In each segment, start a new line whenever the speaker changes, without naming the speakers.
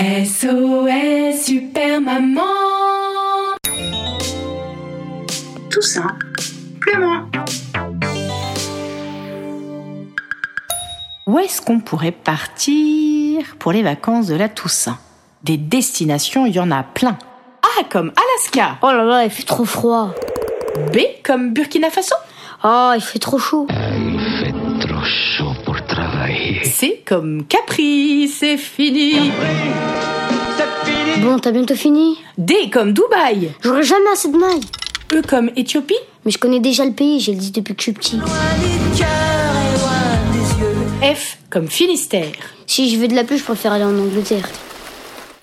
SOS Super Maman
Tout simplement.
Où est-ce qu'on pourrait partir pour les vacances de la Toussaint Des destinations, il y en a plein. A comme Alaska.
Oh là là, il fait trop froid.
B comme Burkina Faso.
Oh, il fait trop chaud.
fait trop chaud pour travailler.
C comme Capri, c'est fini.
Bon, t'as bientôt fini
D comme Dubaï.
J'aurai jamais assez de mailles.
E comme Éthiopie.
Mais je connais déjà le pays, j'ai le dit depuis que je suis petit.
F comme Finistère.
Si je veux de la pluie, je préfère aller en Angleterre.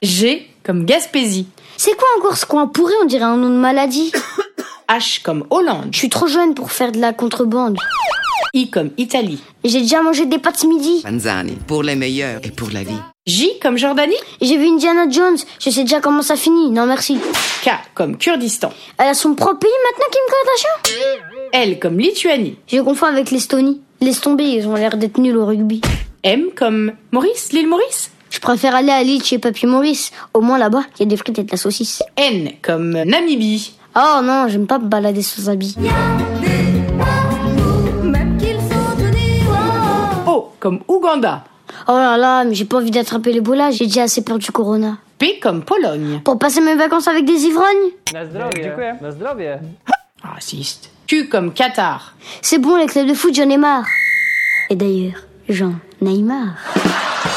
G comme Gaspésie.
C'est quoi encore ce coin pourri On dirait un nom de maladie.
H comme Hollande.
Je suis trop jeune pour faire de la contrebande.
I comme Italie.
J'ai déjà mangé des pâtes ce midi.
Panzani, pour les meilleurs et pour la vie.
J comme Jordanie.
J'ai vu Indiana Jones, je sais déjà comment ça finit. Non merci.
K comme Kurdistan.
Elle a son propre pays maintenant, Kim Kardashian
L comme Lituanie.
Je confonds avec l'Estonie. Laisse tomber, ils ont l'air d'être nuls au rugby.
M comme Maurice, l'île Maurice.
Je préfère aller à Lille chez Papy Maurice. Au moins là-bas, il y a des frites et de la saucisse.
N comme Namibie.
Oh non, j'aime pas me balader sans habits.
O comme Ouganda.
Oh là là, mais j'ai pas envie d'attraper les là, j'ai déjà assez peur du corona.
P comme Pologne.
Pour passer mes vacances avec des ivrognes
Raciste. Q comme Qatar.
C'est bon, les clubs de foot, j'en ai marre. Et d'ailleurs, Jean Neymar.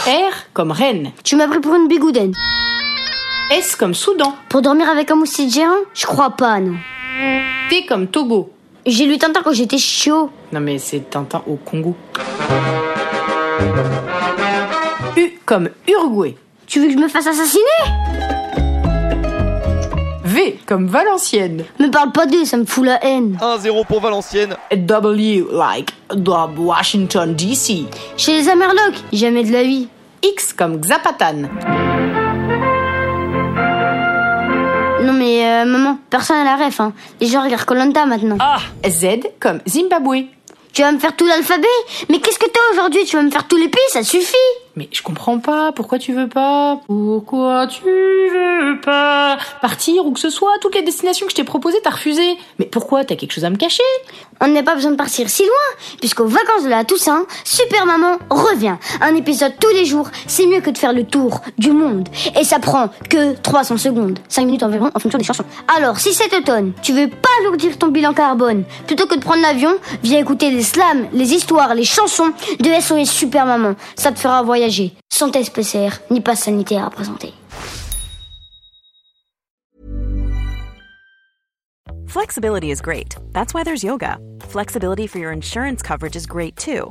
R comme Rennes.
Tu m'as pris pour une bigoudaine.
S comme Soudan.
Pour dormir avec un moustique géant Je crois pas, non.
T comme Togo.
J'ai lu Tintin quand j'étais chaud.
Non mais c'est Tintin au Congo. U comme Uruguay.
Tu veux que je me fasse assassiner
V comme Valenciennes.
Me parle pas d'eux, ça me fout la haine.
1-0 pour Valenciennes.
W like the Washington DC.
Chez les Amerlocs, jamais de la vie.
X comme Xapatan.
Non mais euh, maman, personne à la ref, hein. Les gens regardent Colanta maintenant.
Z comme Zimbabwe.
Tu vas me faire tout l'alphabet Mais qu'est-ce que t'as aujourd'hui Tu vas me faire tous les pays, ça suffit
Mais je comprends pas, pourquoi tu veux pas Pourquoi tu veux pas Partir ou que ce soit, toutes les destinations que je t'ai proposées, t'as refusé. Mais pourquoi T'as quelque chose à me cacher
On n'a pas besoin de partir si loin, puisqu'aux vacances de la Toussaint, Super Maman revient. Un épisode tous les jours, c'est mieux que de faire le tour du monde. Et ça prend que 300 secondes, 5 minutes environ en fonction des chansons. Alors, si cet automne, tu veux pas alourdir ton bilan carbone, plutôt que de prendre l'avion, viens écouter les slams, les histoires, les chansons de SOS Super Maman. Ça te fera voyager, sans test PCR, ni passe sanitaire à présenter.
Flexibility is great. That's why there's yoga. Flexibility for your insurance coverage is great too.